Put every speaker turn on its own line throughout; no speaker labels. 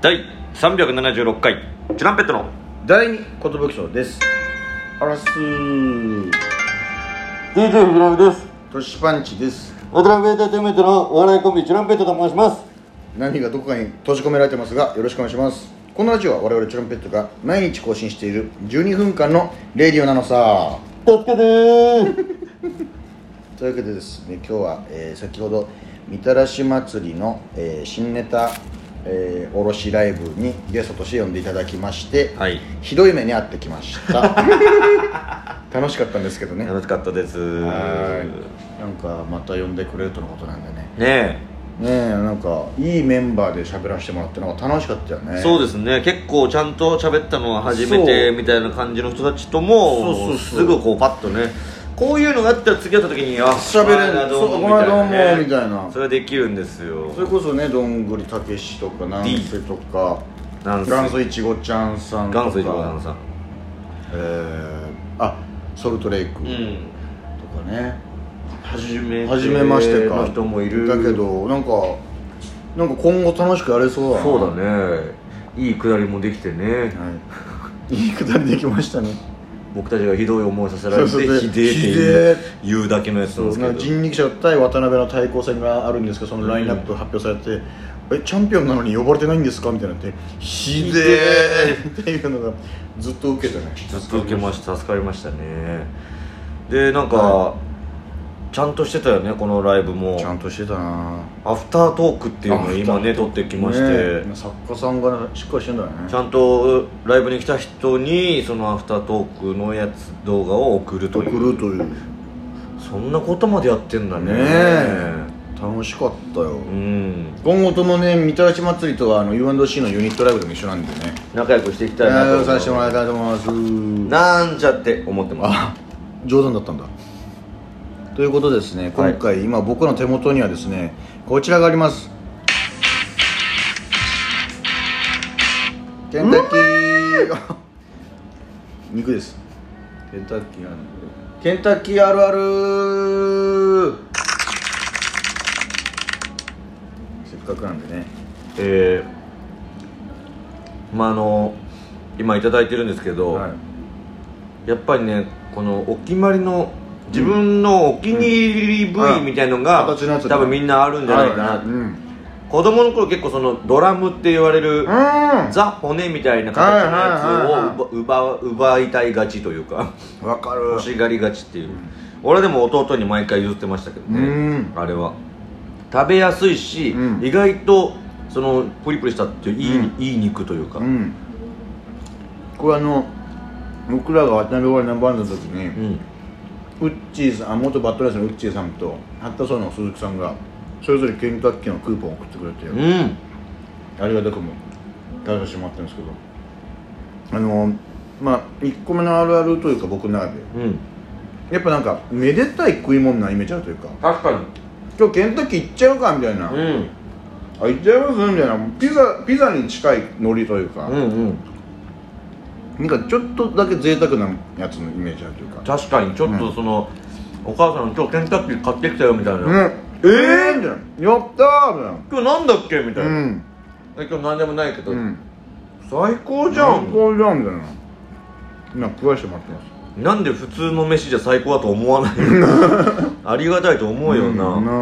第376回チュランペットの
第二ことぶき賞ですあらす
DJ フラムです
トシパンチです
渡辺エンターテインメントのお笑いコンビチュランペットと申します
何がどこかに閉じ込められてますがよろしくお願いしますこのラジオは我々チュランペットが毎日更新している12分間のレディオなのさ
助けてー
というわけでですね今日は、えー先ほどみたらし祭りの、えー新ネタ、えー、卸ライブにゲストとして呼んでいただきまして、
はい
ひどい目に遭ってきました 楽しかったんですけどね
楽しかったです
はいなんかまた呼んでくれるとのことなんでね
ね
ねえなんかいいメンバーで喋らせてもらってなんか楽しかったよ
え、
ね
そう
で
ですね結構ちゃんと喋ったのは初めて
そう
みたいな感じの人たちとも
そうそうそう
すぐこうパッとねこういうのがあったら次会った時に「あ
喋れ
あ
る
どうも」
そうこの間どうも
みたいなね
みたいな
それできるんですよ
それこそねどんぐりたけしとかなんせとか
なんせ
元祖いちごちゃんさんとか
元祖一郎さんさん
えー、あソルトレイクと
うん
かね、
はじめ
初めましてか
の人もいる
だけどなんかなんか今後楽しくやれそうだな
そうだねいいくだりもできてね
はい、いいくだりできましたね
僕たちがひどい思いさせられて
そうそうそ
ひ
う
でえって
ひ
い
で
う言うだけのやつなんですけ
な
ど
んか人力車対渡辺の対抗戦があるんですけどそのラインナップ発表されて「えチャンピオンなのに呼ばれてないんですか?」みたいになって「ひでえ!」っていうのがずっと受けてね
ずっと受けました助かりましたねでなんか、
は
ちゃんとしてたよねこのライブも
ちゃんとしてたな
アフタートークっていうのを今ね
アフタ
撮ってきまして、
ね作家さんがしっかりしてんだよね
ちゃんとライブに来た人にそのアフタートークのやつ動画を送るとい
送
う
るという
そんなことまでやってんだね
ね楽しかったよ、
うん
今後ともねみたらし祭りとはあの U&C のユニットライブでも一緒なんでね
仲良くしていきたいなと思
や
う
させてもらいたいと思います
なんちゃって思って ます
あ冗談だったんだということですね
はい
今回、今僕の手元にはですねこちらがありますケンタッキー肉ですケンタッキーあるケンタッキーあるあるせっかくなんでね
えー、まああの今いただいてるんですけど、
はい
やっぱりねこのお決まりの自分のお気に入り部位みたいのが、
うん形のやつね
多分みんなあるんじゃないかな、
はいうん
子供の頃結構そのドラムって言われる、
うん
ザ骨みたいな形の
はいはい
や
はい
つを奪奪奪いたいがちというか
わかる
欲しがりがちっていう、俺でも弟に毎回譲ってましたけどね、
うん
あれは食べやすいし、
うん
意外とそのプリプリしたっていういい,、いい肉というか、
うんこれあの僕らが渡辺ワイナバンドの時に、
うん
ウッチーさんあ元バットレースのウッチーさんと八田荘の鈴木さんがそれぞれケンタッキーのクーポンを送ってくれて、
うん
ありがたくも食べさせてもらってるんですけどあのまあ1個目のあるあるというか僕の中で
うん
やっぱなんかめでたい食い物なイメージあるというか
確かに
今日ケンタッキー行っちゃうかみたいな、
うん
あ行っちゃいますみたいなピザピザに近いノリというか、
うんうん
なんかちょっとだけ贅沢なやつのイメージあるというか
確かにちょっとその、お母さん今日ケンタッキー買ってきたよみたいな、
うん、えー、みたいなやったーみ
今日なんだっけみた
た
い
いな
な、
う
で
ん
今日何でもないけど、
うん
最高じゃ
最
ん、
高じゃんみたいな今食わしてもらってます
なんで普通の飯じゃ最高だと思わない ありがたいと思うよな、
うんな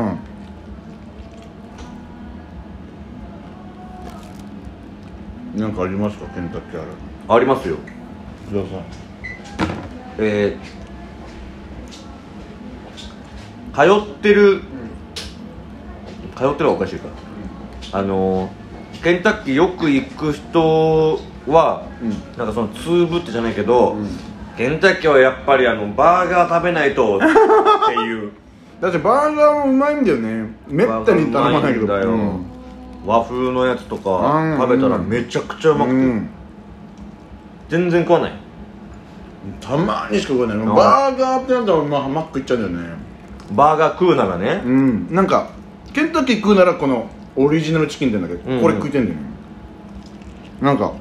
なんかありますかケンタッキーある
ありますよ
ください
えー通ってる通ってるはおかしいかあのーケンタッキーよく行く人は、なんかそのツーブってじゃないけど、ケンタッキーはやっぱりあのバーガー食べないとっていう
だってバーガーもうまいんだよねめったに頼まないけど
バーガーうまいんだよ、和風のやつとか
うん
食べたらめちゃくちゃうま
う
くて、
んうん
全然食わない
たまにしか食わない
ん
バーガーってなったらまあマックいっちゃうんだよね
バーガー食うならね、
うんなんかケンタッキー食うならこのオリジナルチキンって言うんだけど、
うん
これ食いてんだよねなんか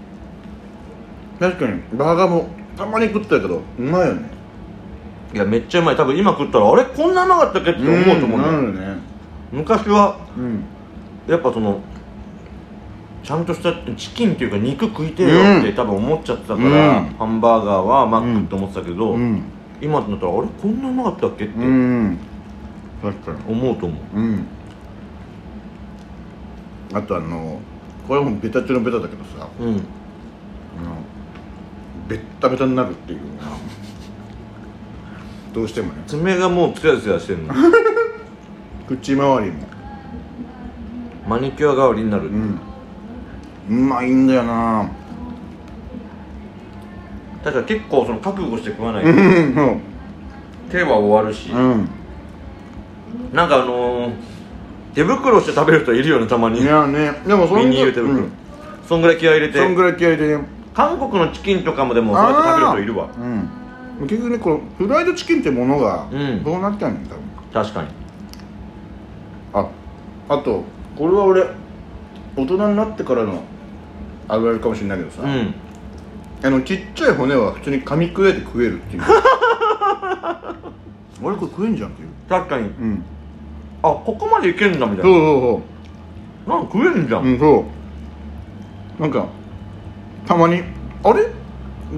確かにバーガーもたまに食ったけどうまいよね
いやめっちゃうまい多分今食ったらあれこんなうまかったっけって思うと思うんだよ、
んなるよね
昔は
うん
やっぱそのちゃんとしたチキンっていうか肉食いてえよって
うん
多分思っちゃってたから、
うん
ハンバーガーはマックって思ってたけど、
うん
今となったらあれこんなうまかったっけって
うん確かに
思うと思う
うんあとあのこれはもうベタ中のベタだけどさ
うん
あのベッタベタになるっていうのがどうしてもね
爪がもうツヤツヤしてるの
口周りも
マニキュア代わりになる、
うんうまいんだよな
だから結構その覚悟して食わない、
うんそう
手は終わるし、
うん
なんかあのー、手袋して食べる人いるよねたまに
いやねでもそん
ビ
ぐ
ニール手袋、
うん
そんぐらい気合い入れて
そんぐらい気合いでね
韓国のチキンとかもでもそうやって食べる人いるわ
うん結局ねこのフライドチキンってものが
うん
どうなったんだろう
確かに
ああとこれは俺大人になってからのあるあるかもしれないけどさ、
うん
あのちっちゃい骨は普通に噛み砕いて食えるっ ていうあれこれ食えんじゃんっていう
確かに
うん
あここまでいけんだみたい
そう
な
そ
なんか食えんじゃ
うそ
ん、
ううんそうなんかたまにあれ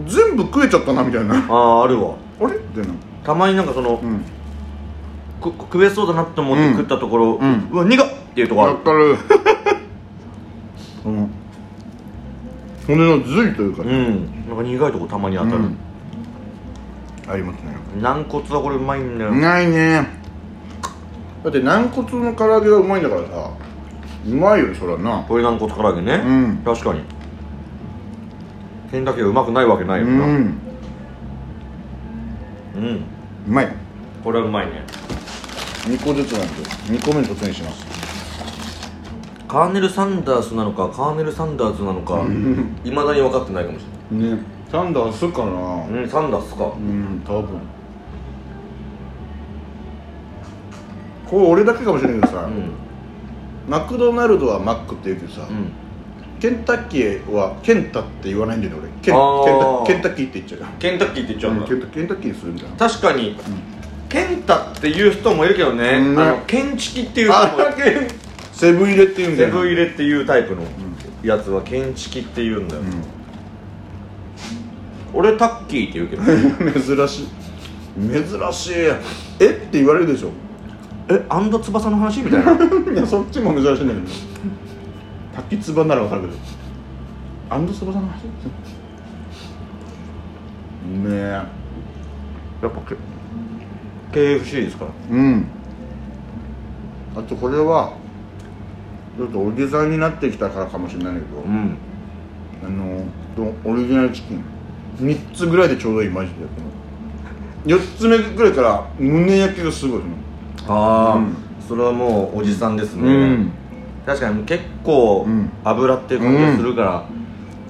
全部食えちゃったなみたいなあ
あああるわ
れってな
たまになんかその、
うん
く食えそうだなって思って食ったところ、う
うん
わ苦っっていうとこあ
わ
る
かるこの骨の髄というか
う
ね、
んなんか苦いとこたまに当たる、
ありますね
軟骨はこれうまいんだよ、
ないねだって軟骨の唐揚げがうまいんだからさうまいよそりゃな
これ軟骨唐揚げね、
うん
確かにケンタッキーはうまくないわけないうよなうん、
んうまい
これはうまいね
2個ずつなんで2個目に突入します
カーネル・サンダースなのかカーネル・サンダーズなのかいま、未だに分かってないかもし
ねサンダースかな
れないうんサンダースか
うん多分これ俺だけかもしれないけどさ、
うん
マクドナルドはマックって言うけどさ、
うん
ケンタッキーはケンタって言わないんだよね俺ケン
あー
ケンタケンタッキーって言っちゃうから
ケンタッキーって言っちゃうんだ、
ケンタケンタッキーにするんだよ
確かに、ケンタっていう人もいるけどね、
うん
あのケンチキっていう人もいる
セブン入れって言うんだ
セ
よ
ブン入れっていうタイプのやつはケンチキって言うんだよ、俺タッキーって言うけど
珍しい珍しいえって言われるでしょ
えアンド翼の話みたいな
いやそっちも珍しいんだけど滝つばならわかるけどアンドそばさんの話ねえ
やっぱけ KFC ですから
うんあとこれはちょっとおじさんになってきたからかもしれないけど、
うん
あのオリジナルチキン3つぐらいでちょうどいいマジで4つ目ぐらいから胸焼けがすごい
ああ、
うん
それはもうおじさんですね、
うん
確かに結構
うん
油っていう感じがするから、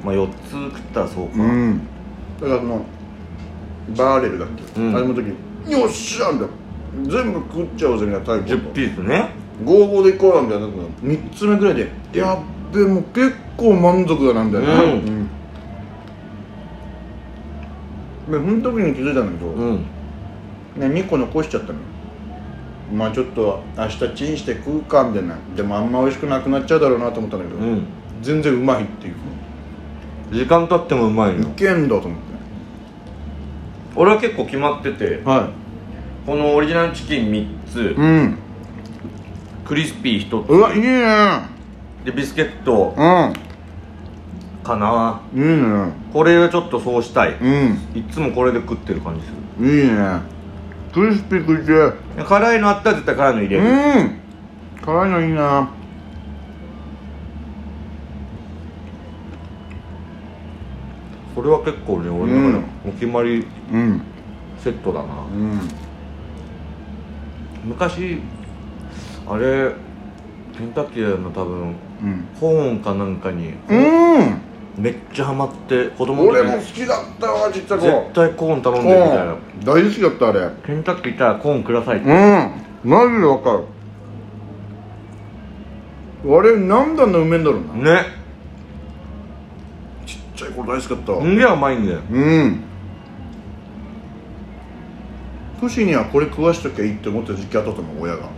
まあ4つ食ったらそうか、
うんだからそのバーレルだっけ、
うん
あれの時によっしゃ!」みたいな全部食っちゃおうぜみたいなタイプ
10ピースね
合法でいこうよみたいな3つ目ぐらいで「やっべもう結構満足だな」みたいな、
うん
んでその時に気づいたんだけど、
うん
ね、2個残しちゃったのよまあちょっと明日チンして食うかみたいなでもあんま美味しくなくなっちゃうだろうなと思ったんだけど、
うん
全然うまいっていう
時間経ってもうまい
い
の
けんだと思って
俺は結構決まってて
は
このオリジナルチキン3つ
うん
クリスピー1つ
うわいいね
でビスケット
う
かなん
いいね
これはちょっとそうしたい、
う
いつもこれで食ってる感じする
んいいねクリスピー食いてえ
で辛いのあったら絶対辛いの入れる、
うん辛いのいいな
これは結構ね俺の中でお決まり
うん
セットだな、
うん
昔あれケンタッキーの多分
うん
コーンかなんかに
うん
めっちゃハマって子供の
俺
時
も好
に
きだったわちっちゃい
絶
子
対コーン頼
うん
でるみたいなん
大好きだったあれうん
ケンタッキー行ったらコーンくださいって
マジでわかるあれ何段のうめえんだろうな
ね
ちっちゃい子大好きだったわ
すんげえ甘いんだよ
うんトシにはこれ食わしときゃいいって思った時期あったと思う親が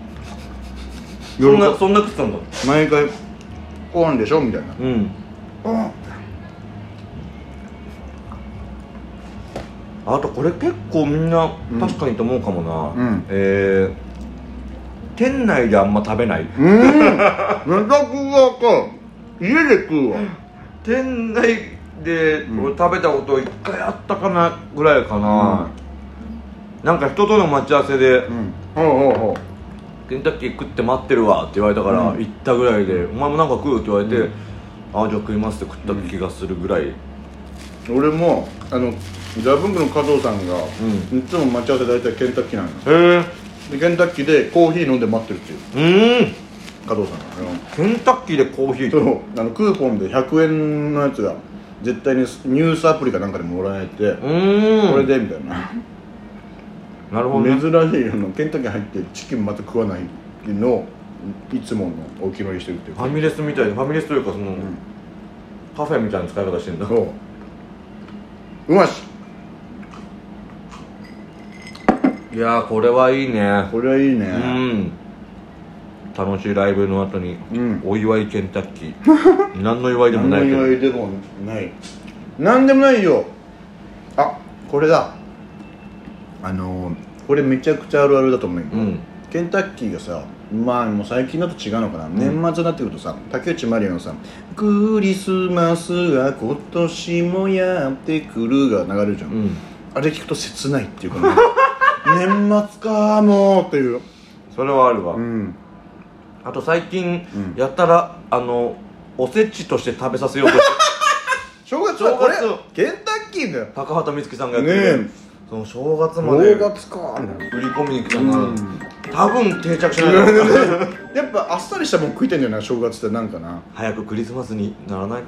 そんなそんな食ってたんだ
毎回ご飯でしょみたいな
うん
うん
あとこれ結構みんな
うん
確かにと思うかもな、
うん
えー店内であんま食べない
うんめちゃくちゃか家で食うわ
店内で
うん
俺食べたこと一回あったかなぐらいかな、なんか人との待ち合わせで
うんほうほうほ
「ケンタッキー食って待ってるわ」って言われたから
うん
行ったぐらいで「お前もなんか食う?」って言われて
うん
「ああじゃあ食います」って食った気がするぐらいうん
う俺もあのザ・ブンクの加藤さんが、いつも待ち合わせ大体ケンタッキーなのよ
へ
でケンタッキーでコーヒー飲んで待ってるっていう
えうん
加藤さんがあの
ケンタッキーでコーヒー
そうあのクーポンで100円のやつが絶対にニュースアプリかなんかでもらえて、
うーん
これでみたいな
なるほどね
珍しいあのケンタッキー入ってチキンまた食わないのをいつものお決まりしてるっていう
ファミレスみたいでファミレスというかその、カフェみたいな使い方してんだ
そううまし
いやーこれはいいね
これはいいね、
うん楽しいライブの後に、
うん
お祝いケンタッキー 何の祝いでもない
何
け
の
ど
祝いでもない何でもないよあこれだあのーこれめちゃくちゃあるあるだと思うよ、
うん
ケンタッキーがさまあもう最近だと違うのかな、年末になってくるとさ竹内まりやのさ「クリスマスは今年もやってくる」が流れるじゃん、
うん
あれ聞くと切ないっていうか ね年末かーもうっていう
それはあるわ、
うん
あと最近、
うん
やたらあのおせちとして食べさせようとして
正月
は
は
こ
こ
れ
れケンタッキーだよ
高畑充希さんがやってる、
ねえ
その正月まで
正
売
月かーね
り込みに来たな、
うん
多分定着しないだ ろう
やっぱあっさりしたもん食いたいんだよな正月ってなんかな
早くクリスマスにならないかな